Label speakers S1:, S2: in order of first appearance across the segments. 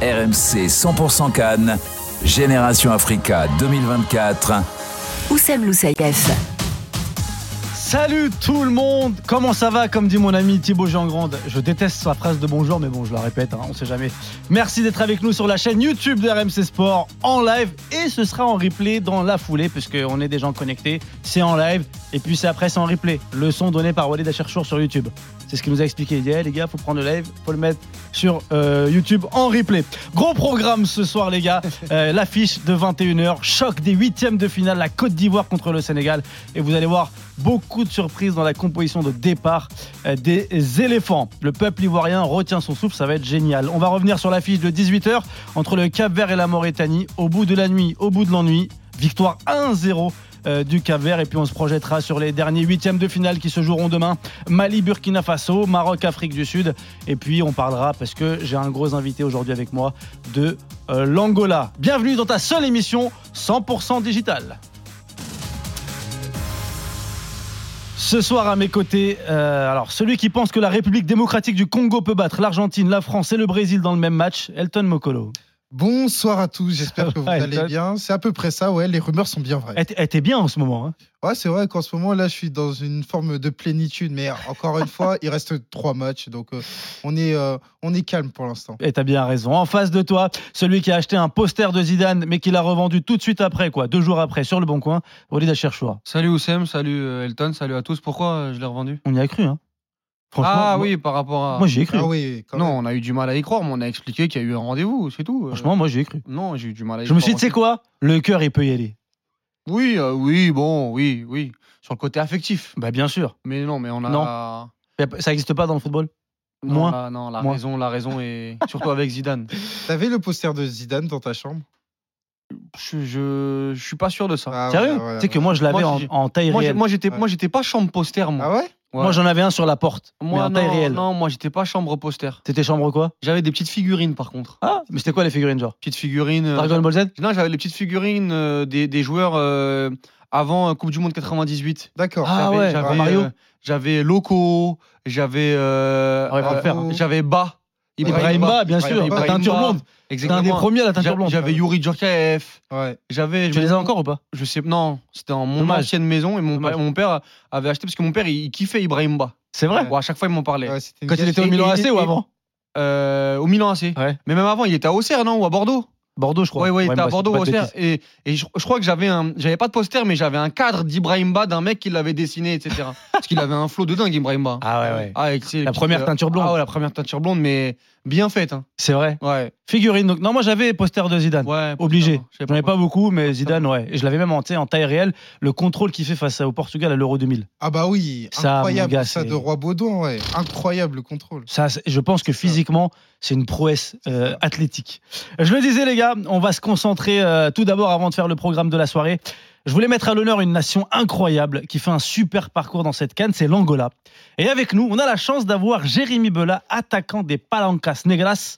S1: RMC 100% Cannes, Génération Africa 2024.
S2: Oussem Loussaïef.
S3: Salut tout le monde Comment ça va Comme dit mon ami Thibaut Jean-Grande, je déteste sa phrase de bonjour, mais bon, je la répète, hein, on sait jamais. Merci d'être avec nous sur la chaîne YouTube de RMC Sport en live et ce sera en replay dans la foulée, puisqu'on est des gens connectés. C'est en live et puis c'est après, c'est en replay. Le son donné par Walid Acherchour sur YouTube. C'est ce qu'il nous a expliqué. Il dit, Eh, les gars, faut prendre le live, faut le mettre sur euh, YouTube en replay. Gros programme ce soir, les gars. Euh, L'affiche de 21h, choc des huitièmes de finale, la Côte d'Ivoire contre le Sénégal. Et vous allez voir beaucoup de surprises dans la composition de départ euh, des éléphants. Le peuple ivoirien retient son souffle, ça va être génial. On va revenir sur l'affiche de 18h entre le Cap Vert et la Mauritanie. Au bout de la nuit, au bout de l'ennui, victoire 1-0 euh, du Cap Vert. Et puis on se projettera sur les derniers huitièmes de finale qui se joueront demain. Mali, Burkina Faso, Maroc, Afrique du Sud. Et puis on parlera, parce que j'ai un gros invité aujourd'hui avec moi, de euh, l'Angola. Bienvenue dans ta seule émission 100% digitale. Ce soir à mes côtés, euh, alors celui qui pense que la République démocratique du Congo peut battre l'Argentine, la France et le Brésil dans le même match, Elton Mokolo.
S4: Bonsoir à tous, j'espère
S3: Ça
S4: que vous
S3: va,
S4: allez
S3: Elton
S4: bien. C'est à peu près ça, ouais, les rumeurs sont bien vraies.
S3: Elle t- elle était bien en ce moment. hein.
S4: Ouais, c'est vrai qu'en ce moment, là, je suis dans une forme de plénitude, mais encore une fois, il reste trois matchs, donc euh, on, est, euh, on est calme pour l'instant.
S3: Et t'as bien raison. En face de toi, celui qui a acheté un poster de Zidane, mais qui l'a revendu tout de suite après, quoi, deux jours après, sur le bon coin, Walid Acherchoua.
S5: Salut Oussem, salut euh, Elton, salut à tous. Pourquoi euh, je l'ai revendu
S3: On y a cru, hein. Franchement,
S5: Ah
S3: moi,
S5: oui, par rapport à.
S3: moi j'y ai cru.
S4: Ah oui, quand
S5: non,
S4: même.
S5: on a eu du mal à y croire, mais on a expliqué qu'il y a eu un rendez-vous, c'est tout. Euh,
S3: Franchement, moi j'y ai cru.
S5: Non, j'ai eu du mal à y
S3: Je
S5: croire.
S3: me suis dit, c'est quoi Le cœur, il peut y aller.
S5: Oui, euh, oui, bon, oui, oui. Sur le côté affectif.
S3: Bah bien sûr.
S5: Mais non, mais on a.
S3: Non.
S5: Non,
S3: Y a pas- Ça n'existe pas dans le football. Moins.
S5: non, la, non, la
S3: Moins.
S5: raison, la raison est. Surtout avec Zidane.
S4: T'avais le poster de Zidane dans ta chambre
S5: Je, je, je suis pas sûr de ça.
S4: Ah ouais,
S3: Sérieux
S4: ouais, ouais,
S3: Tu sais que moi je l'avais
S5: Moi,
S3: en,
S5: j'ai-
S3: en taille
S5: Moi, j'ai-
S3: réelle. Moi,
S5: moi, j'étais,
S4: Ouais.
S5: moi, j'étais pas chambre poster, moi.
S4: Ah ouais
S5: Ouais.
S3: j'en avais un sur la porte. mais
S5: Moi,
S3: en taille
S5: non,
S3: réelle.
S5: non, moi, j'étais pas chambre poster.
S3: T'étais chambre quoi
S5: J'avais des petites figurines, par contre.
S3: Ah Mais c'était quoi les figurines, genre
S5: Petites figurines. euh,
S3: Dragon Ball Z
S5: Non, j'avais les petites figurines euh, des, des joueurs euh, avant euh, Coupe du Monde 98.
S4: D'accord.
S3: Ah
S5: J'avais-
S3: ouais,
S5: j'avais,
S3: Mario.
S5: euh, j'avais Loco, j'avais euh,
S3: Ah Ouais, faut le
S5: euh,
S3: faire.
S5: j'avais Ba,
S3: Ibrahima, bien sûr.
S4: Ibrahima.
S3: La Teinture
S5: Ibrahima.
S3: blonde. C'était un des
S5: Exactement.
S3: premiers à la teinture
S5: J'a-
S3: blonde.
S5: J'avais Yuri Djorkaeff.
S4: Ouais.
S5: J'avais
S3: Tu les as encore ou pas
S5: je sais non, c'était en mon
S3: Dommage.
S5: ancienne maison et mon,
S3: Dommage.
S5: pa- mon père avait acheté parce que mon père il, il kiffait Ibrahima. Ba.
S3: C'est vrai
S5: Bon, à chaque fois il m'en parlait.
S4: ouais, c'était une
S3: Quand il
S4: gâche-
S3: était au
S4: Et-
S3: Milan
S4: et-
S3: AC ou
S4: et-
S3: avant
S5: Euh, au Milan AC.
S3: Ouais.
S5: Mais même avant, il était à Auxerre non ou à Bordeaux
S3: Bordeaux, je crois.
S5: Oui, oui,
S3: Ouais,
S5: t'es à
S3: bah,
S5: Bordeaux,
S3: c'est pas de
S5: Auxerre.
S3: bêtises.
S5: Et, et je, je crois que j'avais un. J'avais pas de poster, mais j'avais un cadre d'Ibrahimba d'un mec qui l'avait dessiné, etc. Parce qu'il avait un flot de dingue, Ibrahimba.
S3: Ah ouais, ouais.
S5: Ah, et c'est-
S3: La première
S5: euh,
S3: teinture blonde.
S5: Ah ouais, la première teinture blonde, mais bien faite. Hein.
S3: C'est vrai.
S5: Ouais.
S3: Figurine. Donc, non, moi j'avais poster de Zidane.
S5: ouais
S3: Obligé.
S5: Je sais
S3: J'en avais pas beaucoup, mais Zidane, ouais. Et je l'avais même en, tu sais, en taille réelle. Le contrôle qu'il fait face au Portugal à l'Euro 2000.
S4: Ah bah oui,
S3: Ça, mon
S4: incroyable
S3: gars,
S4: ça
S3: c'est-
S4: de Roi Baudouin, ouais. Incroyable le contrôle.
S3: Ça, c'est- je pense que physiquement, c'est une prouesse euh, athlétique. Je le disais, les gars, on va se concentrer euh, tout d'abord avant de faire le programme de la soirée. Je voulais mettre à l'honneur une nation incroyable qui fait un super parcours dans cette canne, c'est l'Angola. Et avec nous, on a la chance d'avoir Jérémy Bella, attaquant des Palancas Negras.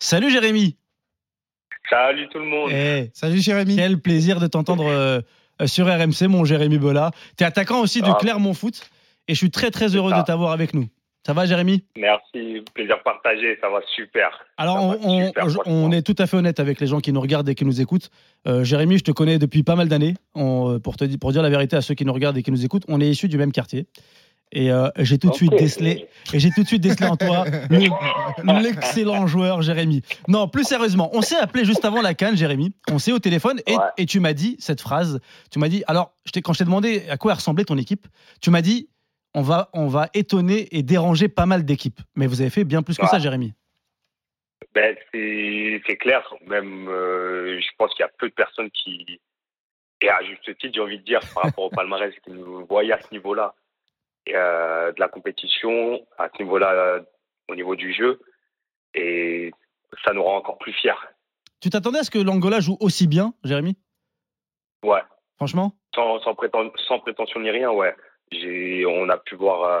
S3: Salut Jérémy.
S6: Salut tout le monde.
S3: Eh,
S4: Salut Jérémy.
S3: Quel plaisir de t'entendre euh, euh, sur RMC, mon Jérémy Bola. Tu es attaquant aussi du
S6: Ah.
S3: Clermont Foot et je suis très très heureux
S6: ça.
S3: de t'avoir avec nous. Ça va, Jérémy
S6: Merci, plaisir partagé, ça va super.
S3: Alors,
S6: Ça va
S3: on, on-
S6: super,
S3: je-
S6: franchement.
S3: on est tout à fait honnête avec les gens qui nous regardent et qui nous écoutent. Euh, Jérémy, je te connais depuis pas mal d'années. On, euh, Pour, te di- pour dire la vérité à ceux qui nous regardent et qui nous écoutent, on est issus du même quartier. Et euh, j'ai tout de suite
S6: Ok.
S3: décelé, et j'ai tout de suite décelé en toi
S6: Ah.
S3: le- l'excellent joueur Jérémy. Non, plus sérieusement, on s'est appelé juste avant la canne, Jérémy. On s'est au téléphone et,
S6: Ouais.
S3: et tu m'as dit cette phrase. Tu m'as dit, alors je t'ai- quand je t'ai demandé à quoi ressemblait ton équipe, tu m'as dit, on va, on va étonner et déranger pas mal d'équipes. Mais vous avez fait bien plus que
S6: Ouais.
S3: ça, Jérémy.
S6: Ben, c'est c'est clair, même euh, je pense qu'il y a peu de personnes qui, et à juste titre, j'ai envie de dire, par rapport au palmarès, qui nous voyaient à ce niveau-là, et, euh, de la compétition, à ce niveau-là, euh, au niveau du jeu, et ça nous rend encore plus fiers.
S3: Tu t'attendais à ce que l'Angola joue aussi bien, Jérémy
S6: Ouais.
S3: Franchement
S6: sans, sans, prétend- sans prétention ni rien, ouais. J'ai, on a pu voir euh,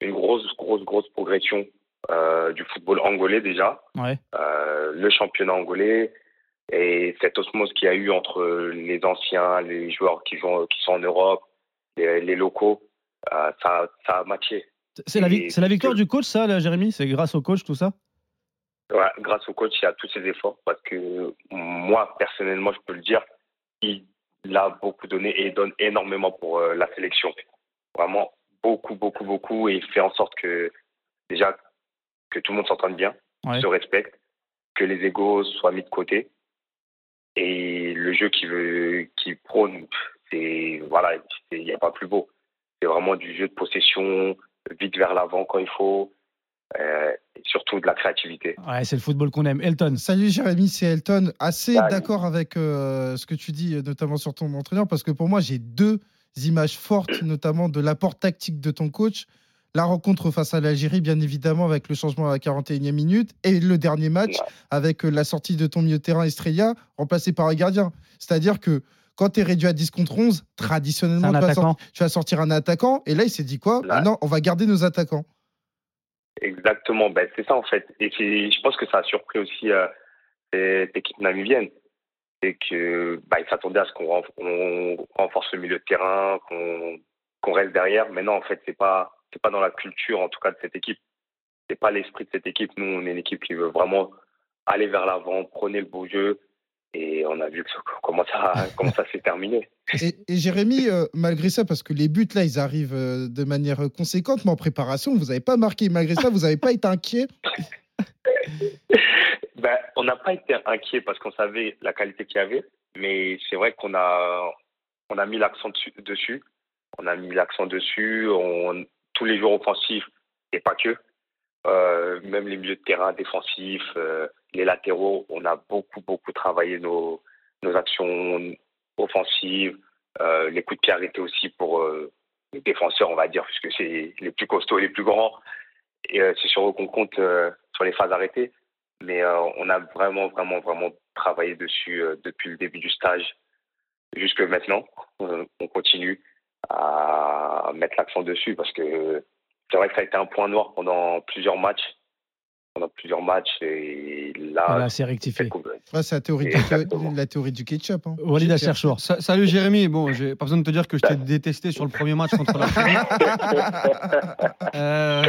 S6: une grosse, grosse, grosse progression euh, du football angolais déjà,
S3: Ouais.
S6: euh, le championnat angolais et cette osmose qu'il y a eu entre les anciens, les joueurs qui, jouent, qui sont en Europe, les, les locaux, euh, ça, ça a matché.
S3: C'est la, vi-
S6: Et-
S3: c'est la victoire du coach, ça, là, Jérémy C'est grâce au coach, tout ça
S6: Ouais, grâce au coach, il y a tous ses efforts parce que moi, personnellement, je peux le dire, il a beaucoup donné et il donne énormément pour euh, la sélection. Vraiment beaucoup, beaucoup, beaucoup. Et il fait en sorte que, déjà, que tout le monde s'entende bien,
S3: Ouais.
S6: se respecte, que les égaux soient mis de côté. Et le jeu qu'il veut, qu'il prône, c'est, voilà, c'est- il n'y a pas plus beau. C'est vraiment du jeu de possession, vite vers l'avant quand il faut, euh, et surtout de la créativité.
S3: Ouais, c'est le football qu'on aime. Elton,
S4: Salut Jérémy, c'est Elton. Assez
S6: Salut.
S4: d'accord avec euh, ce que tu dis, euh, notamment sur ton entraîneur, parce que pour moi, j'ai deux images fortes, notamment de l'apport tactique de ton coach. La rencontre face à l'Algérie, bien évidemment, avec le changement à la 41e minute, et le dernier match
S6: Ouais.
S4: avec euh, la sortie de ton milieu de terrain Estrella, remplacé par un gardien. C'est-à-dire que quand tu es réduit à 10 contre 11,
S3: c'est
S4: traditionnellement,
S3: un
S4: tu vas,
S3: attaquant.
S4: sortir- tu vas sortir un attaquant, et là, il s'est dit quoi
S6: Ouais.
S4: Ah Non, on va garder nos attaquants.
S6: Exactement, ben, c'est ça en fait. Et c'est- je pense que ça a surpris aussi euh, cette équipe namibienne. C'est que bah, ils s'attendaient à ce qu'on renf- on renforce le milieu de terrain, qu'on qu'on reste derrière. Mais non, en fait, c'est pas c'est pas dans la culture en tout cas de cette équipe. C'est pas l'esprit de cette équipe. Nous, on est une équipe qui veut vraiment aller vers l'avant, prôner le beau jeu. Et on a vu que- comment ça comment ça s'est terminé.
S4: Et, et Jérémy, euh, malgré ça, parce que les buts là, ils arrivent euh, de manière conséquente, mais en préparation, vous n'avez pas marqué. Malgré ça, vous n'avez pas été inquiet.
S6: Ben, on n'a pas été inquiet parce qu'on savait la qualité qu'il y avait, mais c'est vrai qu'on a, on a mis l'accent dessus, dessus. On a mis l'accent dessus. On, tous les joueurs offensifs, et pas que. Euh, même les milieux de terrain défensifs, euh, les latéraux, on a beaucoup, beaucoup travaillé nos, nos actions offensives, euh, les coups de pied arrêtés aussi pour euh, les défenseurs, on va dire, puisque c'est les plus costauds et les plus grands. Et euh, c'est sur eux qu'on compte euh, sur les phases arrêtées. Mais euh, on a vraiment, vraiment, vraiment travaillé dessus euh, depuis le début du stage jusque maintenant. Euh, on continue à mettre l'accent dessus parce que c'est vrai que ça a été un point noir pendant plusieurs matchs. Pendant plusieurs matchs, et là,
S3: Voilà, c'est rectifié.
S6: cette coupe-
S4: Ouais, c'est la théorie, du,
S6: Exactement.
S4: la théorie du ketchup. hein.
S3: Walid
S4: J'ai-
S3: Acharchour.
S5: Sa- Salut Jérémy, bon, j'ai pas besoin de te dire que je t'ai détesté sur le premier match contre l'Algérie. Euh,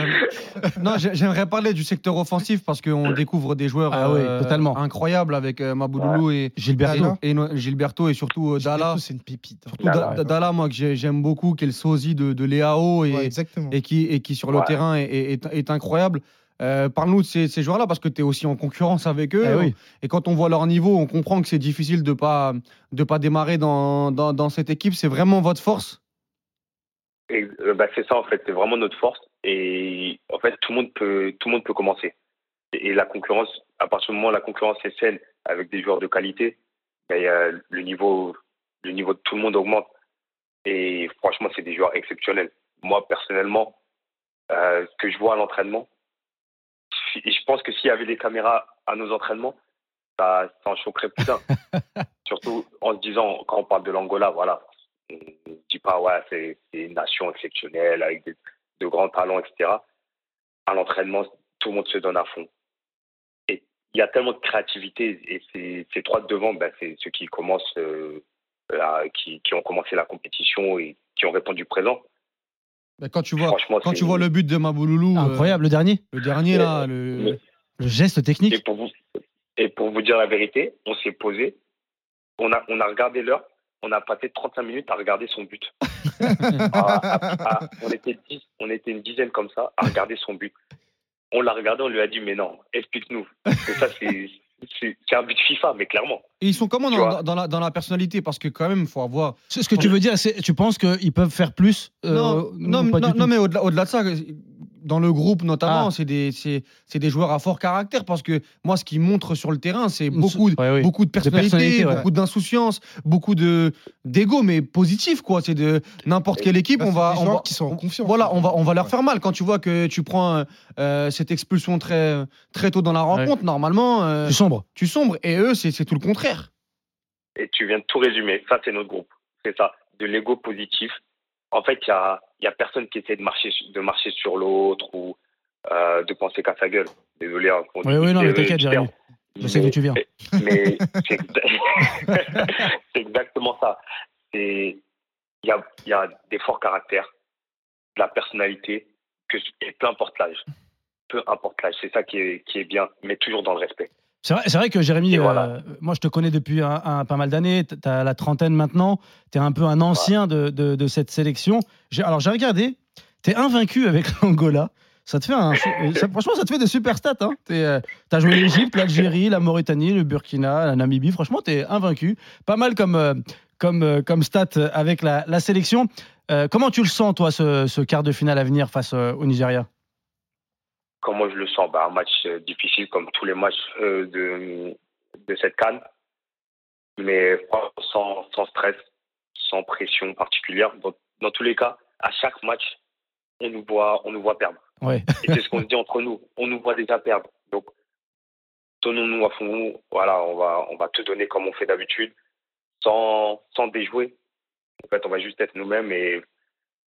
S5: non, j'ai- j'aimerais parler du secteur offensif parce qu'on découvre des joueurs euh,
S3: Ah oui, totalement.
S5: incroyables avec euh, Maboudoulou et,
S3: Gilberto.
S4: Dalla.
S5: et no- Gilberto et surtout euh,
S4: j'ai-
S5: Dalla.
S4: C'est une pépite. hein.
S5: Surtout Da- Da- Dalla, moi que j'ai- j'aime beaucoup, qui est le sosie de, de Léao et,
S4: Ouais, exactement.
S5: et qui, et qui sur le
S6: Mm. Ouais.
S5: terrain est, est- est incroyable. Euh, Parle-nous de ces, ces joueurs-là parce que tu es aussi en concurrence avec eux.
S3: Eh oui.
S5: Et quand on voit leur niveau, on comprend que c'est difficile de pas, de pas démarrer dans, dans, dans cette équipe. C'est vraiment votre force.
S6: Et, euh, bah, c'est ça en fait, c'est vraiment notre force. Et en fait, tout le monde peut, tout le monde peut commencer. Et, et la concurrence, à partir du moment où la concurrence est saine avec des joueurs de qualité, bah, il y a le niveau, le niveau de tout le monde augmente. Et franchement, c'est des joueurs exceptionnels. Moi personnellement, euh, ce que je vois à l'entraînement, si- je pense que s'il y avait des caméras à nos entraînements, ça, ça en choquerait plus d'un. Surtout en se disant, quand on parle de l'Angola, voilà, on ne dit pas, ouais, c'est c'est une nation exceptionnelle avec des- de grands talents, etc. À l'entraînement, tout le monde se donne à fond. Et il y a tellement de créativité et ces, ces trois de devant, ben, c'est ceux qui commencent, euh, la- qui, qui ont commencé la compétition et qui ont répondu présent.
S5: Bah, Quand tu vois,
S6: Franchement,
S5: quand
S6: c'est-
S5: tu vois le but de Mabouloulou, euh,
S3: Incroyable, le dernier.
S5: le dernier là,
S6: Mais-
S5: le,
S3: Le geste
S6: Et
S3: technique.
S6: pour vous, et pour vous dire la vérité, on s'est posé, on a, on a regardé l'heure, on a passé 35 minutes à regarder son but. Ah, ah, ah, on, était dix- on était une dizaine comme ça à regarder son but. On l'a regardé, on lui a dit, mais non, explique-nous. Parce que ça, c'est c'est- c'est un but FIFA, mais clairement.
S5: et ils sont comment
S6: Tu
S5: dans,
S6: vois.
S5: dans- dans la, dans la personnalité Parce que quand même, faut avoir.
S3: Ce ce que tu veux dire, c'est tu penses qu'ils peuvent faire plus euh,
S5: non,
S3: ou
S5: non,
S3: pas
S5: non,
S3: du tout
S5: non, mais au-delà au-delà de ça, dans le groupe notamment,
S3: Ah.
S5: c'est des, c'est- c'est des joueurs à fort caractère parce que moi, ce qu'ils montrent sur le terrain, c'est
S3: Une sou-
S5: beaucoup,
S3: Ouais, oui.
S5: beaucoup de personnalité,
S3: personnalité, ouais.
S5: beaucoup d'insouciance, beaucoup de d'ego, mais positif quoi. C'est de n'importe quelle équipe,
S4: Bah,
S5: on
S4: c'est
S5: va,
S4: des
S5: on
S4: joueurs
S5: va-
S4: qui sont en
S5: on-
S4: confiance.
S5: Voilà, on va, on va leur
S4: Ouais.
S5: faire mal quand tu vois que tu prends euh, euh, cette expulsion très très tôt dans la rencontre. Normalement, euh,
S3: C'est sombre.
S5: tu sombres et eux, c'est c'est tout le contraire.
S6: Et tu viens de tout résumer. Ça, c'est notre groupe. C'est ça, de l'ego positif. En fait, il y a, il y a personne qui essaie de marcher, su- de marcher sur l'autre ou euh, de penser qu'à sa gueule. Désolé. hein, pour
S3: Oui, oui, non, mais
S6: euh,
S3: t'inquiète, Jérémy. Je sais
S6: Mais-
S3: d'où tu viens.
S6: mais c'est exa- c'est exactement ça. C'est- Il y a, il y a des forts caractères, de la personnalité, que, et peu importe l'âge. peu importe l'âge. C'est ça qui est, qui est bien, mais toujours dans le respect.
S3: C'est vrai, c'est vrai que Jérémy,
S6: Et
S3: euh,
S6: voilà.
S3: moi je te connais depuis un, un- pas mal d'années, tu as la trentaine maintenant, tu es un peu un ancien de, de- de cette sélection. J'ai- alors j'ai regardé, tu es invaincu avec l'Angola. Ça te fait un, euh, ça- franchement, ça te fait des super stats. Hein. Tu as joué l'Égypte, l'Algérie, la Mauritanie, le Burkina, la Namibie. Franchement, tu es invaincu. Pas mal comme, euh, comme, euh, comme stat euh, avec la, la sélection. Euh, comment tu le sens, toi, ce, ce quart de finale à venir face euh, au Nigeria
S6: Comment je le sens bah, Un match euh, difficile comme tous les matchs euh, de, de cette canne, mais franchement, sans, sans stress, sans pression particulière. Dans, dans tous les cas, à chaque match, on nous voit, on nous voit perdre.
S3: Ouais.
S6: Et c'est ce qu'on se dit entre nous. On nous voit déjà perdre. Donc, donnons-nous à fond. Voilà, on va, on va tout donner comme on fait d'habitude, sans, sans déjouer. En fait, on va juste être nous-mêmes. Et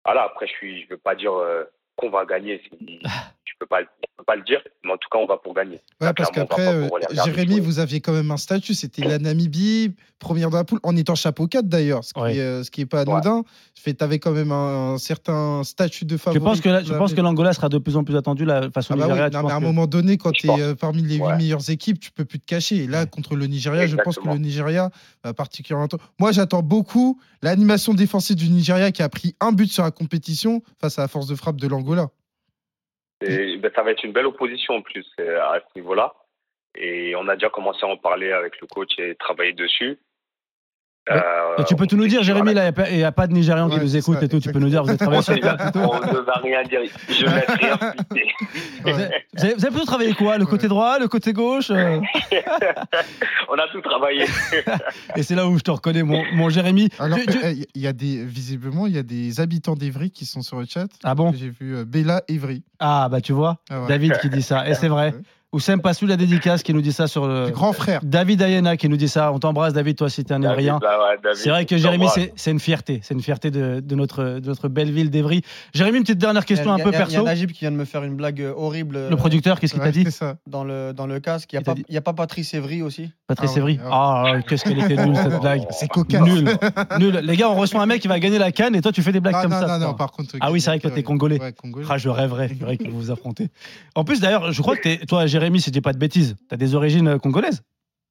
S6: voilà, après, je ne je veux pas dire euh, qu'on va gagner. si- Je ne peux, pas- je peux pas le dire. Mais en tout cas, on va pour gagner.
S4: Ouais, parce
S6: clairement,
S4: qu'après,
S6: on va pas
S4: euh,
S6: pouvoir les regarder
S4: Jérémy,
S6: jouer.
S4: vous aviez quand même un statut, c'était la Namibie, première de la poule, en étant chapeau 4 d'ailleurs, ce qui
S3: Ouais.
S4: est, euh, ce qui est pas
S6: Ouais.
S4: anodin. Tu avais quand même un, un certain statut de
S3: Je
S4: favori.
S3: pense que, la- je
S4: Vous
S3: pense
S4: l'avez.
S3: que l'Angola sera de plus en plus attendue la, face au
S4: Ah bah oui,
S3: Nigeria. tu
S4: non, mais
S3: penses
S4: à un
S3: que-
S4: moment donné, quand
S6: Je
S4: tu
S6: pense.
S4: es parmi les huit
S6: Ouais.
S4: meilleures équipes, tu peux plus te cacher. Et là, contre le Nigeria, je pense que
S6: Exactement.
S4: le Nigeria va particulièrement. Moi, j'attends beaucoup l'animation défensive du Nigeria qui a pris un but sur la compétition face à la force de frappe de l'Angola.
S6: Et, ben, ça va être une belle opposition en plus euh, à ce niveau-là. Et on a déjà commencé à en parler avec le coach et travailler dessus.
S3: Ouais.
S6: Euh,
S3: Et Bah, tu peux tout nous dire, Jérémy, là, il n'y a, pas de Nigérians
S4: Ouais,
S3: qui nous
S4: c'est
S3: écoutent
S4: ça,
S3: et tout. Tu peux nous dire, vous êtes
S6: On,
S3: travaillé sur
S6: sait bien,
S3: quoi plutôt
S6: on ne va rien dire. Je laisse rien fuiter.
S3: vous avez, vous avez- vous avez plutôt travaillé quoi Le côté droit, le côté gauche euh,
S6: On a tout travaillé.
S3: Et c'est là où je te reconnais, mon, mon Jérémy.
S4: Alors,
S3: Tu-
S4: que,
S3: tu-
S4: eh, il y a des, visiblement, il y a des habitants d'Evry qui sont sur le chat.
S3: Ah bon
S4: J'ai vu euh, Bella Evry.
S3: Ah, bah tu vois,
S4: Ah ouais.
S3: David qui dit ça. Et c'est vrai. Oussem Passou, la dédicace, qui nous dit ça sur le.
S4: Le grand frère.
S3: David Ayena qui nous dit ça. On t'embrasse, David, toi, si t'es un Ivrien.
S6: David, bah ouais, David,
S3: C'est vrai que
S6: je
S3: Jérémy,
S6: t'embrasse.
S3: c'est c'est une fierté. C'est une fierté de, de notre, de notre belle ville d'Evry. Jérémy, une petite dernière question un peu
S5: Il y a
S3: perso.
S5: Najib qui vient de me faire une blague horrible euh,
S3: Le producteur, qu'est-ce qu'il t'a
S4: Ouais,
S3: dit
S4: c'est ça.
S5: dans le, dans le casque. Il
S3: Il t'a dit-
S5: n'y a, pas Patrice Evry aussi
S3: Patrice
S4: Ah ouais,
S3: Evry.
S4: ah ouais.
S3: Ah, qu'est-ce qu'elle était nulle, cette blague.
S4: C'est cocasse.
S3: Oh, Nul. Nul. Les gars, on reçoit un mec qui va gagner la canne et toi, tu fais des blagues
S4: Ah,
S3: comme
S4: non,
S3: ça.
S4: non,
S3: putain.
S4: non, par contre. euh,
S3: Ah oui, c'est vrai que toi, t'es congolais.
S4: Ouais, congolais.
S3: Ah, je rêverais, je rêverais que vous vous affrontez. En plus, d'ailleurs, je crois que t'es- toi, Jérémy, si je dis pas de bêtises, t'as des origines euh, congolaises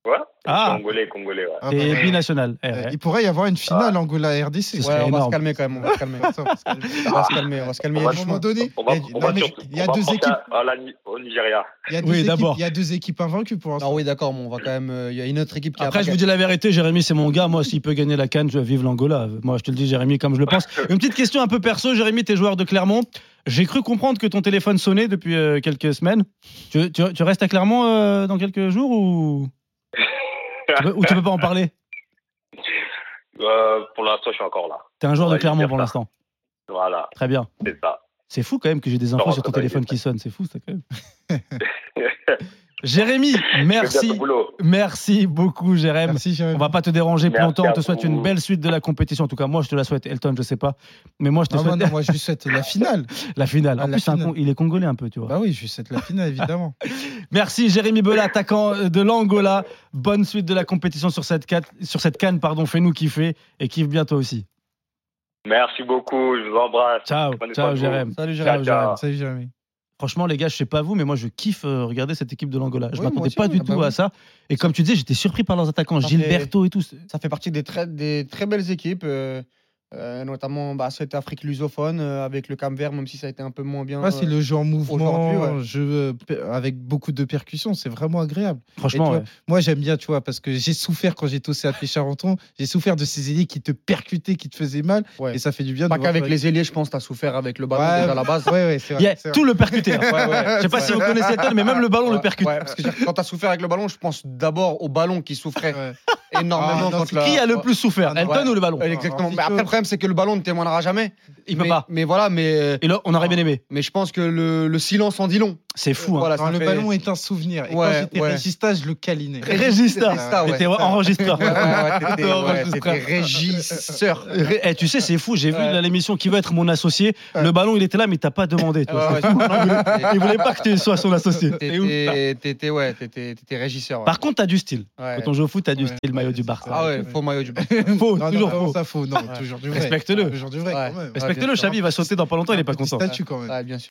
S6: Ouais,
S3: Ah.
S6: Congolais, Congolais. ouais.
S4: Ah, bah,
S3: et
S4: ouais.
S3: binationales. Eh,
S4: Euh,
S3: ouais.
S4: Il pourrait y avoir une finale Angola-RDC.
S3: Ah. Ce serait
S5: on va se
S3: énorme. Ah,
S5: calmer quand même. On va se calmer.
S4: Attends, parce que-
S5: on va se calmer. On va se calmer.
S4: Mais à
S5: il y a
S4: un
S5: du
S4: moment
S5: chemin.
S4: donné,
S3: Eh,
S6: On va,
S4: il y a-
S6: on
S4: non,
S6: va
S4: mais
S6: surtout-
S4: il y a
S6: on va
S4: deux
S6: prendre
S4: équipes.
S6: ça à la Ni- au Nigeria.
S4: Il y a deux
S3: Oui,
S4: équipes-
S3: d'abord.
S4: il y a deux équipes invaincues pour
S5: Ah
S4: l'instant.
S5: oui, d'accord, mais on va quand même. euh, Il y a une autre équipe qui a.
S3: Après, je vous dis la vérité, Jérémy, c'est mon gars. Moi, s'il peut gagner la canne, je vive l'Angola. Moi, je te le dis, Jérémy, comme je le pense. Une petite question un peu perso, Jérémy, t'es joueur de Clermont. J'ai cru comprendre que ton téléphone sonnait depuis euh, quelques semaines. Tu, tu- tu restes à Clermont euh, dans quelques jours ou tu peux, ou tu peux pas en parler
S6: Euh, pour l'instant, je suis encore là.
S3: T'es un joueur
S6: Ouais,
S3: de Clermont
S6: j'espère
S3: pour
S6: pas.
S3: l'instant.
S6: Voilà,
S3: Très bien.
S6: c'est ça.
S3: C'est fou quand même que j'ai des
S6: Non,
S3: infos
S6: ça
S3: sur ton
S6: va, il est
S3: téléphone
S6: pas.
S3: qui sonne. C'est fou ça quand même. Jérémy, merci.
S6: Fais bien ton boulot.
S3: Merci beaucoup, Jérém.
S4: Merci, Jérémy.
S3: On va pas te déranger plus
S6: Merci
S3: longtemps. On
S6: à
S3: te souhaite
S6: vous.
S3: une belle suite de la compétition. En tout cas, moi, je te la souhaite. Elton, je sais pas. Mais moi, je te
S4: Ah, bah,
S3: souhaite
S4: non, moi, je lui souhaite la finale.
S3: la finale. En
S4: Ah, la
S3: plus, c'est un
S4: finale.
S3: con- il est congolais un peu, tu vois.
S4: Bah oui, je lui souhaite la finale, évidemment.
S3: Merci, Jérémy Bella, attaquant euh, de l'Angola. Bonne suite de la compétition sur cette, cat- sur cette canne. Pardon, fais-nous kiffer et kiffe bien toi aussi.
S6: Merci beaucoup, je vous embrasse.
S3: Ciao,
S6: Prenez soin
S3: ciao,
S6: de vous.
S3: Jérém.
S5: Salut, Gérard.
S3: Ciao,
S6: Ciao,
S3: Jérém.
S6: ciao.
S4: Salut, Jérémy.
S3: Franchement, les gars, je sais pas vous, mais moi, je kiffe euh, regarder cette équipe de l'Angola. Je
S5: Oui, moi
S3: m'attendais
S5: aussi,
S3: pas
S5: oui.
S3: du
S5: Ah
S3: tout
S5: bah
S3: à
S5: oui.
S3: ça. Et comme tu dis, j'étais surpris par leurs attaquants,
S5: Ça fait-
S3: Gilberto et tout.
S5: Ça fait partie des très, des très belles équipes, euh, euh, notamment bah, cette Afrique lusophone euh, avec le Cap Vert, même si ça a été un peu moins bien.
S4: Moi, c'est
S5: euh,
S4: le jeu en mouvement,
S5: Aujourd'hui, ouais.
S4: jeu euh, pe- avec beaucoup de percussions. C'est vraiment agréable.
S3: Franchement,
S4: Et
S3: ouais.
S4: toi, Moi, j'aime bien, tu vois, parce que j'ai souffert quand j'étais au CAP Charenton. J'ai souffert de ces aînés qui te percutaient, qui te faisaient mal.
S5: euh, Ouais.
S4: Et ça fait du bien
S5: Pas
S4: de voir-
S5: qu'avec les ailiers, je pense, t'as souffert avec le ballon
S4: Ouais.
S5: déjà à la base.
S4: Ouais, ouais, c'est vrai.
S3: Yeah,
S4: c'est vrai.
S3: tout le percuté. hein.
S5: Ouais, ouais.
S3: Je sais pas
S5: Ouais.
S3: si vous connaissez Elton, mais même le ballon le
S5: Ouais,
S3: percute.
S5: ouais, parce que j'ai- quand t'as souffert avec le ballon, je pense d'abord au ballon qui souffrait
S4: Ouais.
S5: énormément.
S4: Ah, non,
S5: quand
S4: c'est
S5: la-
S3: Qui a le plus souffert,
S4: Ah, non,
S3: Elton
S5: ouais.
S3: ou le ballon
S5: Ouais, Exactement.
S4: Ah,
S5: Mais après, le problème, c'est que le ballon ne témoignera jamais.
S3: Il peut
S5: Mais-
S3: pas.
S5: Mais voilà, mais,
S3: Et là, on aurait bien aimé.
S5: mais je pense que le, le silence en dit long.
S3: C'est fou. Hein.
S5: Voilà,
S4: Non,
S5: ça
S4: le
S5: fait-
S4: ballon est un souvenir. Et quand
S5: Ouais,
S4: j'étais
S5: ouais.
S4: régista, je le câlinais.
S3: Régista.
S5: Régista, ouais.
S3: T'étais enregistreur.
S5: Ouais, ouais, t'étais-
S3: T'étais
S5: ouais, t'étais
S3: enregistreur.
S5: régisseur.
S3: Ré- eh, tu sais, c'est fou. J'ai vu
S5: Ouais.
S3: dans l'émission qui veut être mon associé.
S5: Ouais.
S3: Le ballon, il était là, mais t'as pas demandé. tu vois.
S5: Ouais, ouais,
S3: C'est fou. Non, il voulait- Il voulait pas que tu sois son associé. C'est ouf.
S5: T'étais- T'étais ouais, t'étais- t'étais régisseur. ouais.
S3: Par contre, t'as du style.
S5: Ouais.
S3: Quand on joue au foot, t'as du
S4: Ouais,
S3: style, maillot
S4: ouais,
S3: du
S4: c'est
S3: Barça.
S5: Ah ouais, faux maillot du
S3: Faux,
S4: Non, non,
S3: toujours
S4: non,
S3: faux.
S4: ça faux. Non,
S5: Ouais.
S4: toujours du vrai.
S3: Respecte-le.
S4: Toujours du vrai,
S5: Ouais.
S4: quand même.
S5: Ouais,
S3: Respectez-le,
S5: bien sûr.
S4: hein.
S3: Xavi, il va sauter dans pas longtemps, il est pas
S4: Petit
S3: content.
S4: Statut quand même.
S5: Ouais, bien sûr.